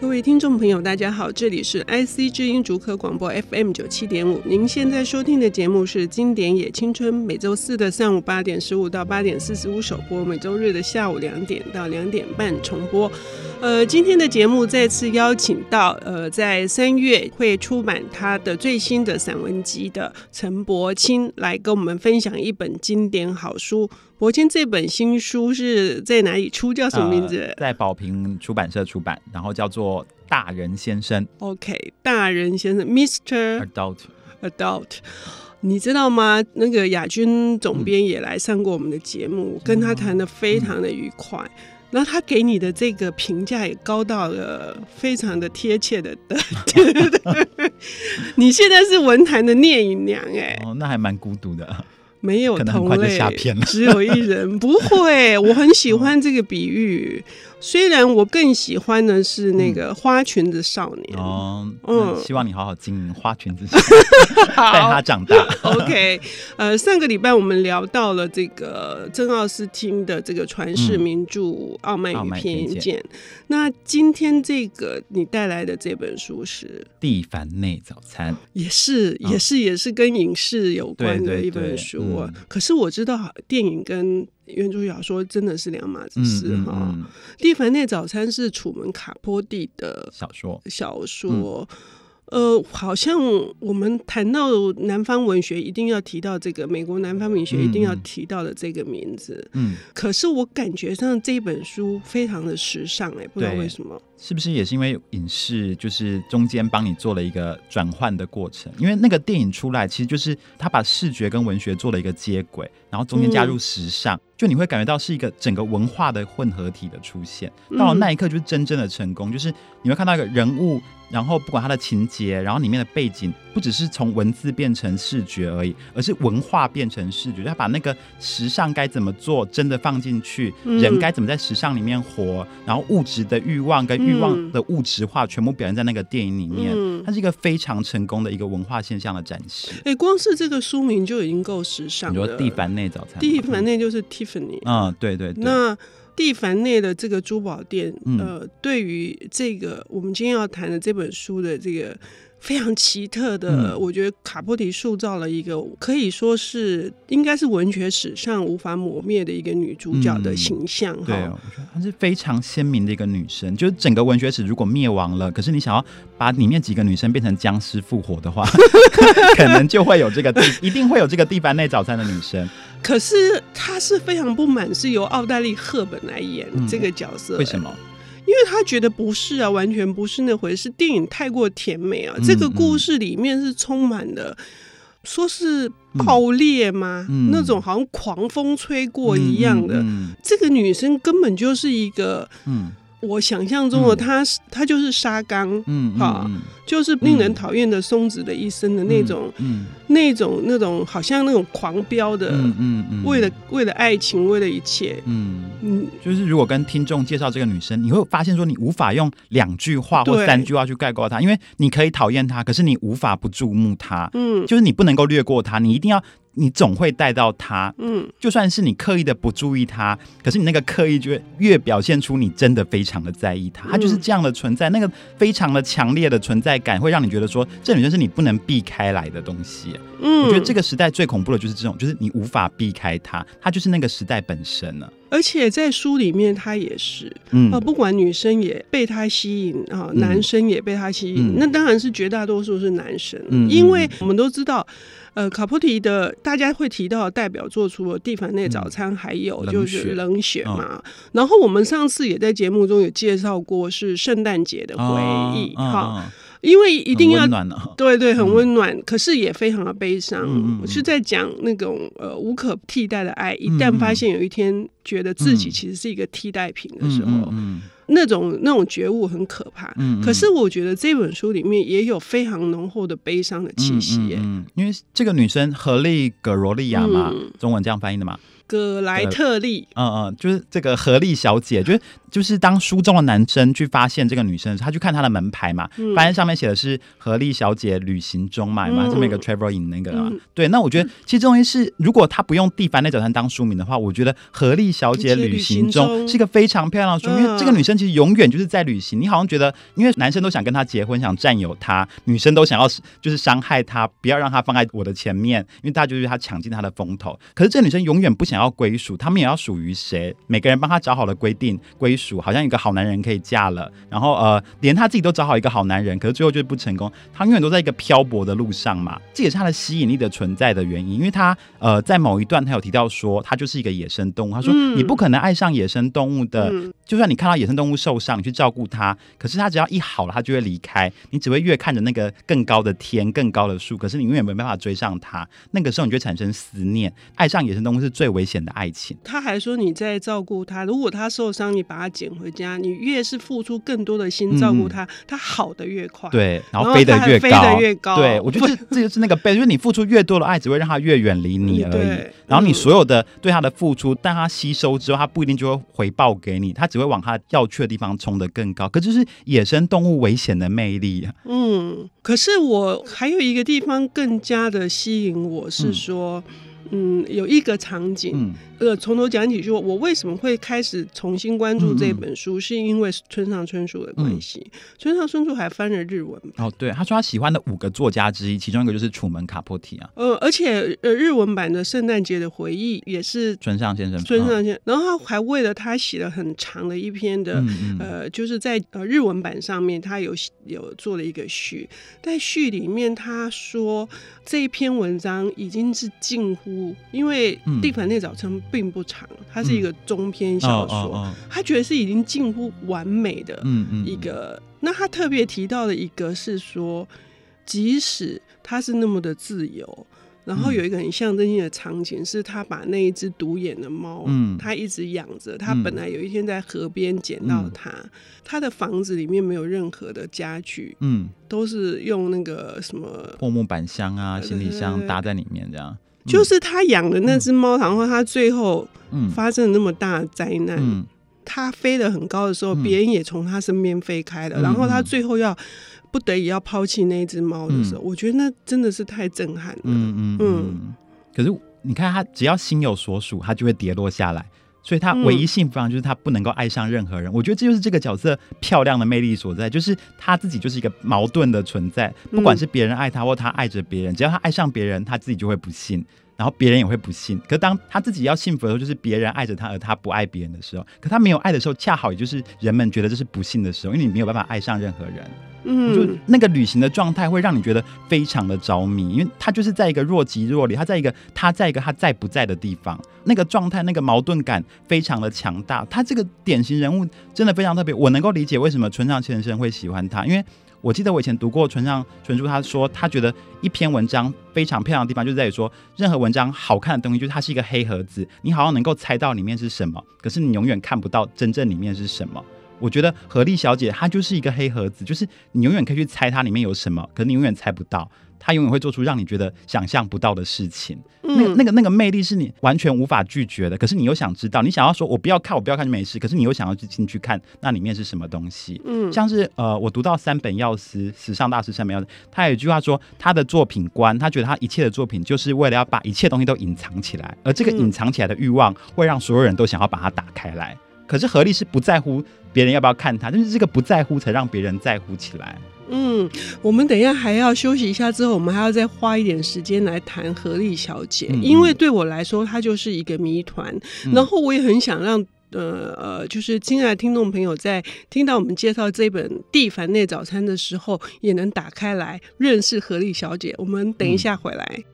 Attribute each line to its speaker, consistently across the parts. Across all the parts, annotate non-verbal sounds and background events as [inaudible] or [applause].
Speaker 1: 各位听众朋友，大家好，这里是 IC 知音竹科广播 FM 九七点五。您现在收听的节目是《经典也青春》，每周四的上午八点十五到八点四十五首播，每周日的下午两点到两点半重播。呃，今天的节目再次邀请到呃，在三月会出版他的最新的散文集的陈伯清来跟我们分享一本经典好书。伯清这本新书是在哪里出？叫什么名字？
Speaker 2: 呃在宝瓶出版社出版，然后叫做《大人先生
Speaker 1: OK，大人先生，Mr.
Speaker 2: Adult》。
Speaker 1: Adult，你知道吗？那个亚军总编也来上过我们的节目，
Speaker 2: 嗯
Speaker 1: 跟他谈的非常的愉快。然后他给你的这个评价也高到了非常的贴切的 [laughs] 的，你现在是文坛的聂隐娘哎、
Speaker 2: 哦，那还蛮孤独的。
Speaker 1: 没有
Speaker 2: 可能很
Speaker 1: 同
Speaker 2: 快就
Speaker 1: 类
Speaker 2: 下片，了
Speaker 1: 只有一人。不
Speaker 2: [laughs]
Speaker 1: 会，我很喜欢这个比喻。虽然我更喜欢的是那个花裙子少年。
Speaker 2: 嗯哦，
Speaker 1: 嗯
Speaker 2: 那希望你好好经营花裙子， [laughs] 带他长大。
Speaker 1: [laughs] OK，呃，上个礼拜我们聊到了这个珍奥斯汀的这个传世名著《傲慢
Speaker 2: 嗯傲
Speaker 1: 与
Speaker 2: 慢与
Speaker 1: 偏
Speaker 2: 偏
Speaker 1: 见》
Speaker 2: 见
Speaker 1: 那今天这个你带来的这本书是，
Speaker 2: 蒂凡内早餐，
Speaker 1: 也是，
Speaker 2: 嗯
Speaker 1: 也是，也是跟影视有关的
Speaker 2: 对对
Speaker 1: 一本
Speaker 2: 对
Speaker 1: 书啊。
Speaker 2: 嗯
Speaker 1: 可是我知道电影跟原著小说真的是两码子
Speaker 2: 嗯
Speaker 1: 事
Speaker 2: 嗯
Speaker 1: 哈。
Speaker 2: 嗯，
Speaker 1: 蒂凡内早餐》是楚门卡波蒂的
Speaker 2: 小说，
Speaker 1: 小说。
Speaker 2: 嗯
Speaker 1: 呃，好像我们谈到南方文学，一定要提到这个美国南方文学，
Speaker 2: 嗯
Speaker 1: 一定要提到的这个名字。
Speaker 2: 嗯，
Speaker 1: 可是我感觉上这本书非常的时尚、哎，不知道为什么。
Speaker 2: 是不是也是因为影视就是中间帮你做了一个转换的过程？因为那个电影出来，其实就是他把视觉跟文学做了一个接轨，然后中间加入时尚，就你会感觉到是一个整个文化的混合体的出现。到了那一刻，就是真正的成功，就是你会看到一个人物，然后不管他的情节，然后里面的背景，不只是从文字变成视觉而已，而是文化变成视觉，就他把那个时尚该怎么做真的放进去，
Speaker 1: 嗯
Speaker 2: 人该怎么在时尚里面活，然后物质的欲望跟欲望的物质化，全部表现在那个电影里面。
Speaker 1: 嗯
Speaker 2: 它是一个非常成功的一个文化现象的展示。
Speaker 1: 哎、光是这个书名就已经够时尚
Speaker 2: 你
Speaker 1: 了。
Speaker 2: 说蒂凡内早餐吗，
Speaker 1: 蒂凡内就是 Tiffany，、
Speaker 2: 嗯，对对对，
Speaker 1: 那蒂凡内的这个珠宝店，
Speaker 2: 嗯
Speaker 1: 呃，对于这个我们今天要谈的这本书的这个非常奇特的，
Speaker 2: 嗯
Speaker 1: 我觉得卡波提塑造了一个可以说是应该是文学史上无法磨灭的一个女主角的
Speaker 2: 嗯
Speaker 1: 形象哈。
Speaker 2: 对哦，我觉得她是非常鲜明的一个女生。就是整个文学史如果灭亡了，可是你想要把里面几个女生变成僵尸复
Speaker 1: [laughs]
Speaker 2: 活的话，可能就会有这个地，一定会有这个地板内早餐的女生。
Speaker 1: 可是她是非常不满，是由奥黛丽·赫本来演
Speaker 2: 嗯
Speaker 1: 这个角色、
Speaker 2: 为什么？
Speaker 1: 因为他觉得不是啊，完全不是那回事。电影太过甜美啊，
Speaker 2: 嗯
Speaker 1: 这个故事里面是充满了。说是爆裂吗？
Speaker 2: 嗯
Speaker 1: 那种好像狂风吹过一样的。
Speaker 2: 嗯
Speaker 1: 这个女生根本就是一个
Speaker 2: 嗯
Speaker 1: 我想象中的
Speaker 2: 嗯
Speaker 1: 她，她就是沙冈，
Speaker 2: 嗯嗯
Speaker 1: 好
Speaker 2: 嗯
Speaker 1: 就是令人讨厌的松子的一生的那种、
Speaker 2: 嗯
Speaker 1: 那种、那种，好像那种狂飙的，
Speaker 2: 嗯嗯嗯，
Speaker 1: 为了为了爱情，为了一切，
Speaker 2: 嗯。
Speaker 1: 嗯，
Speaker 2: 就是如果跟听众介绍这个女生，你会发现说你无法用两句话或
Speaker 1: 对
Speaker 2: 三句话去概括她，因为你可以讨厌她，可是你无法不注目她，
Speaker 1: 嗯
Speaker 2: 就是你不能够略过她，你一定要，你总会带到她，
Speaker 1: 嗯，
Speaker 2: 就算是你刻意的不注意他，可是你那个刻意就会越表现出你真的非常的在意
Speaker 1: 嗯
Speaker 2: 他，他就是这样的存在，那个非常的强烈的存在感，会让你觉得说这女生是你不能避开来的东西。
Speaker 1: 嗯
Speaker 2: 我觉得这个时代最恐怖的就是这种，就是你无法避开它，它就是那个时代本身了。
Speaker 1: 而且在书里面，她也是，
Speaker 2: 嗯
Speaker 1: 啊、，不管女生也被他吸引啊，
Speaker 2: 嗯
Speaker 1: 男生也被他吸引，
Speaker 2: 嗯
Speaker 1: 那当然是绝大多数是男生，
Speaker 2: 嗯
Speaker 1: 因为我们都知道，呃，卡波提的大家会提到的代表作，除了《蒂凡内早餐》，还有
Speaker 2: 嗯冷
Speaker 1: 就是
Speaker 2: 血哦
Speaker 1: 《冷血》嘛。然后我们上次也在节目中有介绍过，是圣诞节的回忆，
Speaker 2: 哦
Speaker 1: 哈、
Speaker 2: 哦哦
Speaker 1: 因为一定
Speaker 2: 很
Speaker 1: 要
Speaker 2: 温。暖哦。
Speaker 1: 对对，很温暖，可是也非常的悲伤，
Speaker 2: 嗯嗯嗯
Speaker 1: 是在讲那种呃无可替代的爱。一
Speaker 2: 嗯
Speaker 1: 旦
Speaker 2: 嗯
Speaker 1: 发现有一天觉得自己
Speaker 2: 嗯
Speaker 1: 其实是一个替代品的
Speaker 2: 嗯
Speaker 1: 时候，
Speaker 2: 嗯嗯
Speaker 1: 那种那种觉悟很可怕。
Speaker 2: 嗯，嗯
Speaker 1: 可是我觉得这本书里面也有非常浓厚的悲伤的气息耶、
Speaker 2: 嗯嗯嗯嗯因为这个女生何丽葛罗利亚嘛，
Speaker 1: 嗯
Speaker 2: 中文这样翻译的嘛，
Speaker 1: 葛莱特利，
Speaker 2: 嗯嗯，就是这个何丽小姐，就是就是当书中的男生去发现这个女生的时候，他去看她的门牌嘛，
Speaker 1: 嗯
Speaker 2: 发现上面写的是何丽小姐旅行中嘛，有没有
Speaker 1: 嗯
Speaker 2: 这么一个 travel in 那个嘛？
Speaker 1: 嗯
Speaker 2: 对，那我觉得其实这东西是，如果他不用蒂凡内早餐当书名的话，我觉得何丽小姐旅行
Speaker 1: 旅行
Speaker 2: 中
Speaker 1: 中
Speaker 2: 是一个非常漂亮的书，
Speaker 1: 嗯
Speaker 2: 因为这个女生其实永远就是在旅行，你好像觉得，因为男生都想跟她结婚，想占有她，女生都想要就是伤害她，不要让她放在我的前面，因为大家就是她抢尽她的风头。可是这女生永远不想要归属，她们也要属于谁？每个人帮她找好了规定归属，好像一个好男人可以嫁了，然后呃，连她自己都找好一个好男人，可是最后就是不成功。她永远都在一个漂泊的路上嘛，这也是她的吸引力的存在的原因，因为她呃，在某一段她有提到说，她就是一个野生动物，她说、
Speaker 1: 嗯
Speaker 2: 你不可能爱上野生动物的，
Speaker 1: 嗯
Speaker 2: 就算你看到野生动物受伤，你去照顾它，可是它只要一好了，它就会离开。你只会越看着那个更高的天、更高的树，可是你永远没办法追上它。那个时候你就会产生思念，爱上野生动物是最危险的爱情。
Speaker 1: 他还说你在照顾他，如果他受伤，你把他捡回家，你越是付出更多的心照
Speaker 2: 嗯
Speaker 1: 顾他，他好的越快。，
Speaker 2: 对，然
Speaker 1: 然后
Speaker 2: 后飞得
Speaker 1: 它还
Speaker 2: 越
Speaker 1: 飞
Speaker 2: 高，
Speaker 1: 得越高
Speaker 2: 对，我觉得这这就是那个背，就是你付出越多的爱，只会让它越远离你
Speaker 1: 嗯
Speaker 2: 而
Speaker 1: 对
Speaker 2: 已。然后你
Speaker 1: 嗯
Speaker 2: 所有的对它的付出，但它吸收之后，它不一定就会回报给你，它只会往它要去的地方冲得更高。可就是野生动物危险的魅力啊！
Speaker 1: 嗯，可是我还有一个地方更加的吸引我是
Speaker 2: 嗯
Speaker 1: 说，嗯，有一个场景，
Speaker 2: 嗯
Speaker 1: 呃，从头讲起说，我为什么会开始重新关注这
Speaker 2: 嗯嗯
Speaker 1: 本书，是因为村上春树的关
Speaker 2: 嗯
Speaker 1: 系。村上春树还翻了日文
Speaker 2: 哦，对，他说他喜欢的五个作家之一，其中一个就是楚门卡波提啊，
Speaker 1: 呃，而且呃，日文版的《圣诞节的回忆》也是
Speaker 2: 村上先生。
Speaker 1: 村
Speaker 2: 嗯
Speaker 1: 上先，然后他还为了他写了很长的一篇的。
Speaker 2: 嗯嗯，
Speaker 1: 呃，就是在呃日文版上面，他有有做了一个序，在序里面他说这一篇文章已经是近乎，因为《
Speaker 2: 嗯
Speaker 1: 地板内早晨》并不长，它是一
Speaker 2: 嗯
Speaker 1: 个中篇小说，
Speaker 2: 哦，
Speaker 1: 他觉得是已经近乎完美的
Speaker 2: 嗯嗯，
Speaker 1: 一个。那他特别提到的一个是说，即使他是那么的自由，然后
Speaker 2: 嗯
Speaker 1: 有一个很象征性的场景是，他把那一只独眼的猫，
Speaker 2: 嗯
Speaker 1: 他一直养着，他
Speaker 2: 嗯
Speaker 1: 本来有一天在河边捡到
Speaker 2: 嗯
Speaker 1: 它，他的房子里面没有任何的家具，
Speaker 2: 嗯
Speaker 1: 都是用那个什么。
Speaker 2: 破木板箱啊，行李
Speaker 1: 对对
Speaker 2: 箱
Speaker 1: 对
Speaker 2: 搭在里面这样。嗯
Speaker 1: 就是他养的那只猫，然后他最后
Speaker 2: 嗯
Speaker 1: 发生了那么大的灾难，
Speaker 2: 嗯
Speaker 1: 他飞得很高的时候，
Speaker 2: 嗯
Speaker 1: 别人也从他身边飞开了，
Speaker 2: 嗯
Speaker 1: 然后他
Speaker 2: 嗯
Speaker 1: 最后要不得已要抛弃那只猫的时候，我觉得那真的是太震撼了。
Speaker 2: 嗯嗯嗯。可是你看，他只要心有所属，他就会跌落下来。所以他唯一幸福的地方就是他不能够爱上任何人。我觉得这就是这个角色漂亮的魅力所在，就是他自己就是一个矛盾的存在，不管是别人爱他或他爱着别人，只要他爱上别人，他自己就会不幸。然后别人也会不幸，可当他自己要幸福的时候，就是别人爱着他，而他不爱别人的时候；可他没有爱的时候，恰好也就是人们觉得这是不幸的时候，因为你没有办法爱上任何人。就
Speaker 1: 嗯，
Speaker 2: 那个旅行的状态会让你觉得非常的着迷，因为他就是在一个若即若离，他在一个他在一个他在不在的地方，那个状态那个矛盾感非常的强大。他这个典型人物真的非常特别，我能够理解为什么村上先生会喜欢他，因为。我记得我以前读过村上春树，他说他觉得一篇文章非常漂亮的地方就在于说，任何文章好看的东西就是它是一个黑盒子，你好像能够猜到里面是什么，可是你永远看不到真正里面是什么。我觉得何丽小姐她就是一个黑盒子，就是你永远可以去猜它里面有什么，可是你永远猜不到。她永远会做出让你觉得想象不到的事情，那个、那个、那个魅力是你完全无法拒绝的。可是你又想知道，你想要说“我不要看，我不要看就没事”，可是你又想要去进去看那里面是什么东西。
Speaker 1: 嗯
Speaker 2: 像是呃，我读到三本药师时尚大师三本药师，他有一句话说，他的作品观，他觉得他一切的作品就是为了要把一切东西都隐藏起来，而这个
Speaker 1: 嗯
Speaker 2: 隐藏起来的欲望会让所有人都想要把它打开来。可是何力是不在乎别人要不要看他，就是这个不在乎才让别人在乎起来。
Speaker 1: 嗯，我们等一下还要休息一下，之后我们还要再花一点时间来谈何丽小姐，
Speaker 2: 嗯
Speaker 1: 因为对我来说她就是一个谜团，
Speaker 2: 嗯
Speaker 1: 然后我也很想让。呃呃，就是亲爱的听众朋友，在听到我们介绍这本《蒂凡内早餐》的时候，也能打开来认识何丽小姐。我们等一下回来。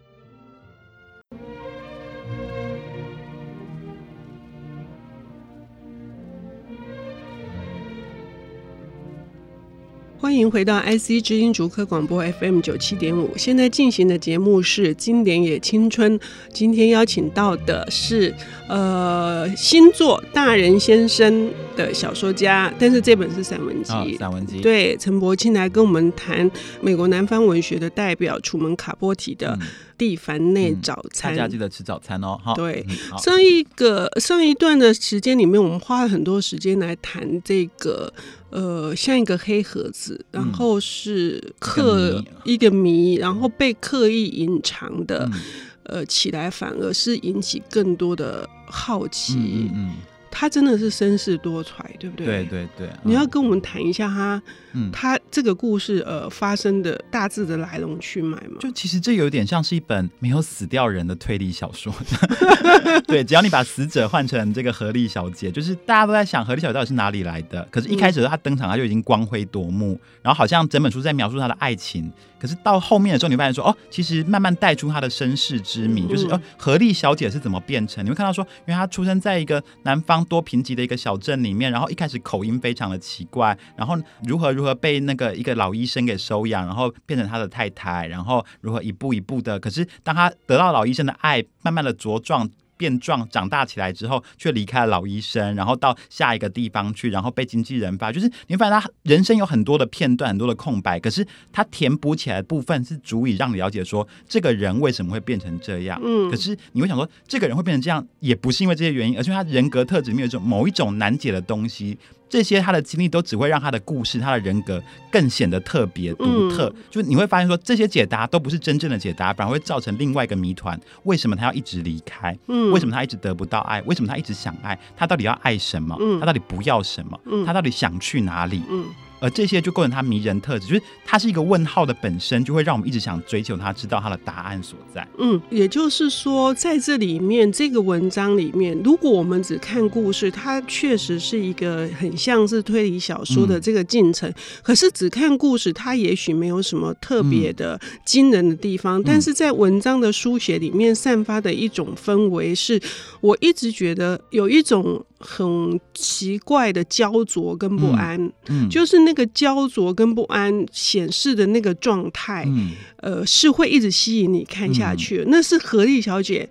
Speaker 1: 欢迎回到 IC 知音竹科广播 FM 九七点五，现在进行的节目是《经典也青春》，今天邀请到的是呃星座大人先生的小说家，但是这本是散文集。
Speaker 2: 啊，散文集，
Speaker 1: 对，陈伯清来跟我们谈美国南方文学的代表楚门卡波提的
Speaker 2: 嗯
Speaker 1: 《蒂凡内
Speaker 2: 嗯
Speaker 1: 早
Speaker 2: 大
Speaker 1: 餐》
Speaker 2: 家记得吃早餐哦，哈。
Speaker 1: 对
Speaker 2: 嗯好
Speaker 1: 上一个上一段的时间里面，我们花了很多时间来谈这个呃，像一个黑盒子，然后是刻一个谜，然后被刻意隐藏的、
Speaker 2: 啊嗯
Speaker 1: 呃起来，反而是引起更多的好奇。
Speaker 2: 嗯嗯嗯，
Speaker 1: 它真的是身世多舛，对不对？
Speaker 2: 对。对对，
Speaker 1: 你
Speaker 2: 嗯
Speaker 1: 要跟我们谈一下它
Speaker 2: 嗯，
Speaker 1: 它这个故事呃发生的大致的来龙去脉吗？
Speaker 2: 就其实这有点像是一本没有死掉人的推理小说， [laughs] 对，只要你把死者换成这个何丽小姐，就是大家都在想何丽小姐到底是哪里来的。可是，一开始的时候她登场，她就已经光辉夺目，然后好像整本书在描述她的爱情。可是到后面的时候，你会发现说，哦，其实慢慢带出她的身世之谜，
Speaker 1: 嗯
Speaker 2: 就是哦，何丽小姐是怎么变成？你会看到说，因为她出生在一个南方多贫瘠的一个小镇里面，然后一开始口音非常的奇怪，然后如何如何被那个一个老医生给收养，然后变成她的太太，然后如何一步一步的。可是当她得到老医生的爱，慢慢的茁壮。变壮长大起来之后，却离开了老医生，然后到下一个地方去，然后被经纪人发，就是你会发现他人生有很多的片段，很多的空白，可是他填补起来的部分是足以让你了解说这个人为什么会变成这样。
Speaker 1: 嗯
Speaker 2: 可是你会想说，这个人会变成这样，也不是因为这些原因，而是因为他人格特质里面有一种某一种难解的东西。这些他的经历都只会让他的故事、他的人格更显得特别独特。
Speaker 1: 嗯
Speaker 2: 就是你会发现说，这些解答都不是真正的解答，反而会造成另外一个谜团：为什么他要一直离开？
Speaker 1: 嗯
Speaker 2: 为什么他一直得不到爱？为什么他一直想爱？他到底要爱什么？
Speaker 1: 嗯
Speaker 2: 他到底不要什么？
Speaker 1: 嗯
Speaker 2: 他到底想去哪里？
Speaker 1: 嗯
Speaker 2: 而这些就构成他迷人特质，就是他是一个问号的本身，就会让我们一直想追求他，知道他的答案所在。
Speaker 1: 嗯，也就是说，在这里面这个文章里面，如果我们只看故事，它确实是一个很像是推理小说的
Speaker 2: 嗯
Speaker 1: 这个进程。可是只看故事，它也许没有什么特别的惊人的地
Speaker 2: 嗯
Speaker 1: 方。但是在文章的书写里面散发的一种氛围是，我一直觉得有一种很奇怪的焦灼跟不安，
Speaker 2: 嗯，
Speaker 1: 就是那个焦灼跟不安显示的那个状态。
Speaker 2: 嗯
Speaker 1: 呃，是会一直吸引你看下去。那是何丽小姐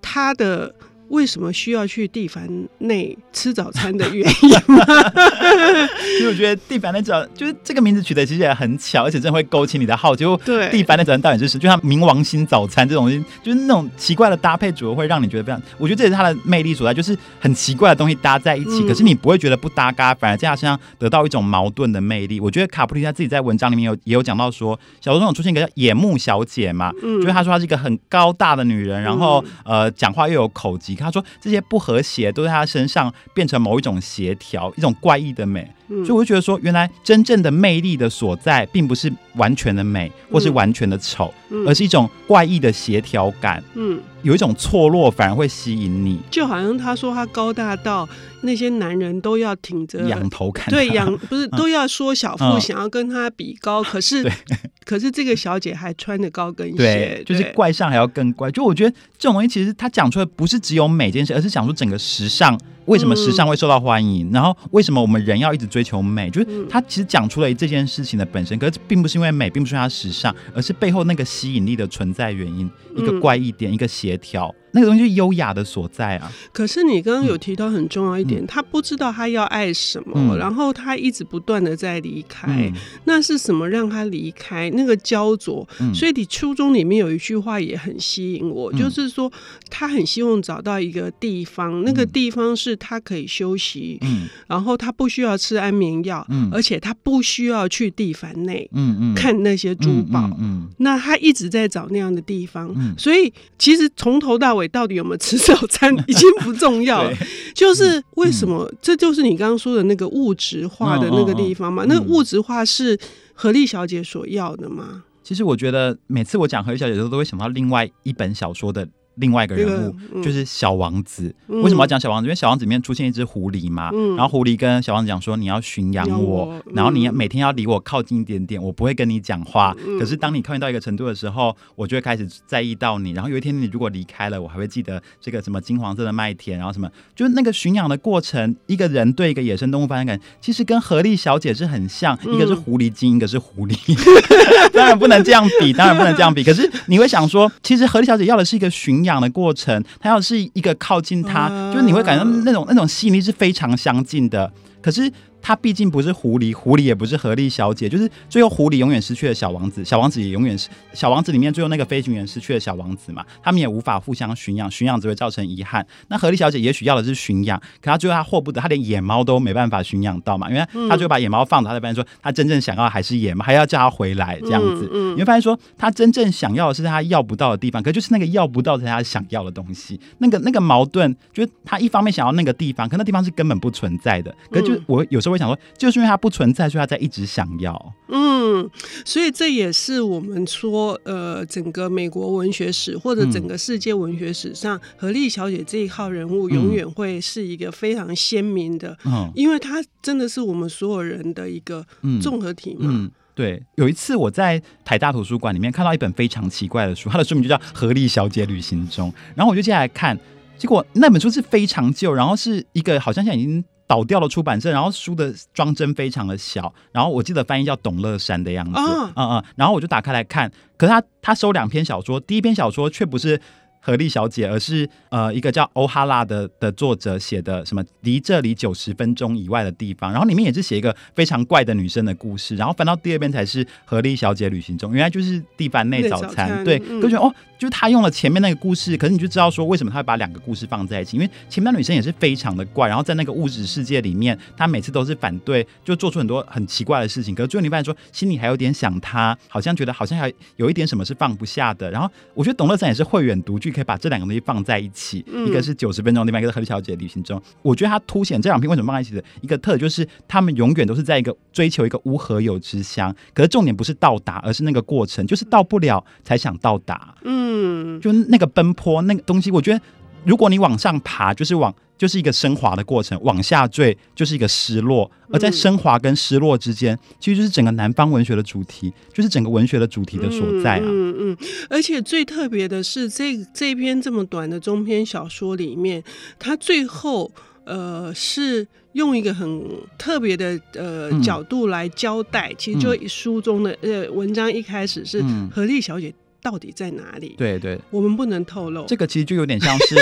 Speaker 1: 她的为什么需要去蒂凡内吃早餐的原
Speaker 2: [laughs]
Speaker 1: 因吗？
Speaker 2: 所以我觉得地板那早就是这个名字取得其实也很巧，而且真的会勾起你的好奇。就
Speaker 1: 对
Speaker 2: 地板那早餐到底是什么？就像冥王星早餐这种东西，就是那种奇怪的搭配组合，会让你觉得非常。我觉得这也是它的魅力所在，就是很奇怪的东西搭在一起，
Speaker 1: 嗯
Speaker 2: 可是你不会觉得不搭嘎，反而在他身上得到一种矛盾的魅力。我觉得卡布里他自己在文章里面有也有讲到说，小说中有出现一个叫野木小姐嘛，
Speaker 1: 嗯
Speaker 2: 就是他说她是一个很高大的女人，然后、呃讲话又有口疾，他说这些不和谐都在她身上变成某一种协调，一种怪异的美。
Speaker 1: 嗯
Speaker 2: 所以我就觉得说，原来真正的魅力的所在，并不是完全的美或是完全的丑，
Speaker 1: 嗯
Speaker 2: 而是一种怪异的协调感，
Speaker 1: 嗯，
Speaker 2: 有一种错落反而会吸引你，
Speaker 1: 就好像她说她高大到那些男人都要挺着
Speaker 2: 仰头看她。
Speaker 1: [laughs] 对养不是都要缩小腹，
Speaker 2: 嗯
Speaker 1: 想要跟她比高，可是 [laughs] 可是这个小姐还穿着高跟
Speaker 2: 对
Speaker 1: 鞋，，
Speaker 2: 就是
Speaker 1: 对。
Speaker 2: 怪上还要更怪。就我觉得这种东西，其实他讲出来不是只有美这件事，而是讲出整个时尚为什么时尚会受到欢迎，然后为什么我们人要一直追求美。
Speaker 1: 嗯
Speaker 2: 就是他其实讲出了这件事情的本身，可是并不是因为美，并不是因为它时尚，而是背后那个吸引力的存在原因，一个
Speaker 1: 嗯
Speaker 2: 怪异点，一个协调，那个东西就是优雅的所在啊。
Speaker 1: 可是你刚刚有提到很重要一点，她不知道她要爱什么，
Speaker 2: 嗯
Speaker 1: 然后她一直不断的在离开。
Speaker 2: 嗯，
Speaker 1: 那是什么让他离开那个焦灼？
Speaker 2: 嗯
Speaker 1: 所以你初中里面有一句话也很吸引我，
Speaker 2: 嗯
Speaker 1: 就是说他很希望找到一个地方，那个地方是他可以休息，
Speaker 2: 嗯
Speaker 1: 然后他不需要吃安眠药，
Speaker 2: 嗯
Speaker 1: 而且他不需要去地凡内、
Speaker 2: 嗯嗯，
Speaker 1: 看那些珠宝。
Speaker 2: 嗯嗯
Speaker 1: 那他一直在找那样的地方，
Speaker 2: 嗯
Speaker 1: 所以其实从头到尾到底有没有吃早餐已经不重要
Speaker 2: [laughs]
Speaker 1: 了
Speaker 2: 对。嗯
Speaker 1: 就是为什么，这就是你刚刚说的那个物质化的那个地方嘛？
Speaker 2: 嗯嗯嗯
Speaker 1: 那个物质化是何丽小姐所要的吗？
Speaker 2: 其实我觉得每次我讲何小姐的时候，都会想到另外一本小说的另外一个人物，
Speaker 1: 那个嗯
Speaker 2: 就是小王子。
Speaker 1: 嗯
Speaker 2: 为什么要讲小王子？因为小王子里面出现一只狐狸嘛，
Speaker 1: 嗯
Speaker 2: 然后狐狸跟小王子讲说：“你要驯养
Speaker 1: 养
Speaker 2: 我，
Speaker 1: 我
Speaker 2: 然后你要
Speaker 1: 嗯
Speaker 2: 每天要离我靠近一点点，我不会跟你讲话。
Speaker 1: 嗯
Speaker 2: 可是当你靠近到一个程度的时候，我就会开始在意到你。然后有一天你如果离开了，我还会记得这个什么金黄色的麦田，然后什么就是那个驯养的过程，一个人对一个野生动物发生感，其实跟何丽小姐是很像，一
Speaker 1: 嗯
Speaker 2: 个是狐狸精，一个是狐狸。 [laughs] 当然不能这样比，当然不能这样比。可是你会想说，其实何丽小姐要的是一个驯营养的过程，它要是一个靠近它，
Speaker 1: 啊
Speaker 2: 就是你会感觉那种那种吸引力是非常相近的。可是它毕竟不是狐狸，狐狸也不是河狸小姐，就是最后狐狸永远失去了小王子，小王子也永远是小王子里面最后那个飞行员失去了小王子嘛，他们也无法互相驯养，驯养只会造成遗憾。那河狸小姐也许要的是驯养，可她最后她获不得，她连野猫都没办法驯养到嘛，因为
Speaker 1: 嗯
Speaker 2: 她就把野猫放倒，她才发现说她真正想要的还是野猫，还要叫它回来这样子。
Speaker 1: 嗯
Speaker 2: 你会发现说，他真正想要的是他要不到的地方，可就是那个要不到的是他想要的东西。那个那个矛盾，就是他一方面想要那个地方，可那地方是根本不存在的。可就
Speaker 1: 嗯
Speaker 2: 我有时候会想说，就是因为它不存在，所以他才一直想要。
Speaker 1: 嗯，所以这也是我们说，呃，整个美国文学史或者
Speaker 2: 嗯
Speaker 1: 整个世界文学史上，何丽小姐这一号人物永远会是一个非常鲜明的，
Speaker 2: 嗯
Speaker 1: 因为她真的是我们所有人的一个
Speaker 2: 嗯
Speaker 1: 综合体嘛。
Speaker 2: 嗯。对，有一次我在台大图书馆里面看到一本非常奇怪的书，它的书名就叫《何丽小姐旅行中》，然后我就接下来看，结果那本书是非常旧，然后是一个好像现在已经倒掉了出版社，然后书的装帧非常的小，然后我记得翻译叫董乐山的样子，
Speaker 1: 哦
Speaker 2: 嗯嗯，然后我就打开来看，可是他他收两篇小说，第一篇小说却不是。何丽小姐，而是呃一个叫欧哈拉的的作者写的什么离这里九十分钟以外的地方，然后里面也是写一个非常怪的女生的故事，然后翻到第二篇才是何丽小姐旅行中，原来就是蒂凡内
Speaker 1: 内
Speaker 2: 早
Speaker 1: 早
Speaker 2: 餐，
Speaker 1: 餐
Speaker 2: 对，
Speaker 1: 嗯
Speaker 2: 就觉得哦，就是他用了前面那个故事，可是你就知道说为什么他会把两个故事放在一起，因为前面的女生也是非常的怪，然后在那个物质世界里面，她每次都是反对，就做出很多很奇怪的事情，可是最后你发现说心里还有点想他，好像觉得好像还有一点什么是放不下的，然后我觉得董乐山也是慧远独具，可以把这两个东西放在一起，
Speaker 1: 嗯
Speaker 2: 一个是九十分钟的地方，一个是何丽小姐的旅行中。我觉得它凸显这两篇为什么放在一起的一个特点，就是他们永远都是在一个追求一个乌合有之乡，可是重点不是到达，而是那个过程，就是到不了才想到达，
Speaker 1: 嗯
Speaker 2: 就那个奔波那个东西，我觉得。如果你往上爬，就是往就是一个升华的过程；往下坠，就是一个失落。而在
Speaker 1: 嗯
Speaker 2: 升华跟失落之间，其实就是整个南方文学的主题，就是整个文学的主题的所在啊。
Speaker 1: 嗯嗯嗯而且最特别的是，这这篇这么短的中篇小说里面，它最后呃是用一个很特别的呃、
Speaker 2: 嗯
Speaker 1: 角度来交代，其实就书中的、呃文章一开始是
Speaker 2: 嗯
Speaker 1: 何丽小姐到底在哪里，
Speaker 2: 对对，
Speaker 1: 我们不能透露。
Speaker 2: 这个其实就有点像
Speaker 1: [laughs]
Speaker 2: 是，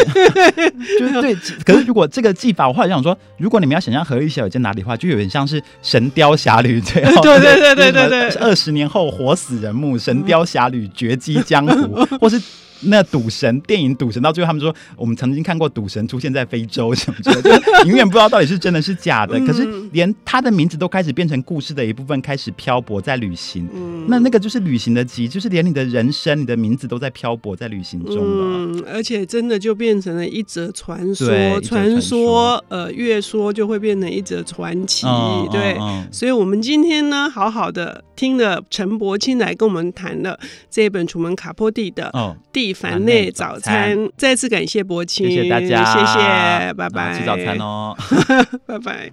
Speaker 2: 就是对。可是如果这个技法，我后来想说，如果你们要想象何立小姐在哪里的话，就有点像是《神雕侠侣》这样。
Speaker 1: [laughs] 对对对对对对
Speaker 2: 二十年后活死人墓，《神雕侠侣》绝迹江湖，
Speaker 1: [laughs]
Speaker 2: 或是。那赌神电影《赌神》到最后，他们说我们曾经看过赌神出现在非洲什么之类的，就是永远不知道到底是真的是假
Speaker 1: 嗯
Speaker 2: 的。可是连他的名字都开始变成故事的一部分，开始漂泊在旅行。
Speaker 1: 嗯
Speaker 2: 那那个就是旅行的集，就是连你的人生、你的名字都在漂泊在旅行中了。
Speaker 1: 嗯，而且真的就变成了一则传说
Speaker 2: 对一，则传
Speaker 1: 传
Speaker 2: 说
Speaker 1: 说呃越说就会变成一则传奇，
Speaker 2: 嗯
Speaker 1: 对。
Speaker 2: 嗯嗯
Speaker 1: 所以，我们今天呢，好好的听了陈伯清来跟我们谈了这一本楚门卡坡蒂的《
Speaker 2: 哦，
Speaker 1: 蒂凡内早餐
Speaker 2: 蒂》
Speaker 1: 再次感谢伯清，啊
Speaker 2: 谢谢大家，
Speaker 1: 谢谢，拜拜，
Speaker 2: 吃早餐，哦。
Speaker 1: 拜拜。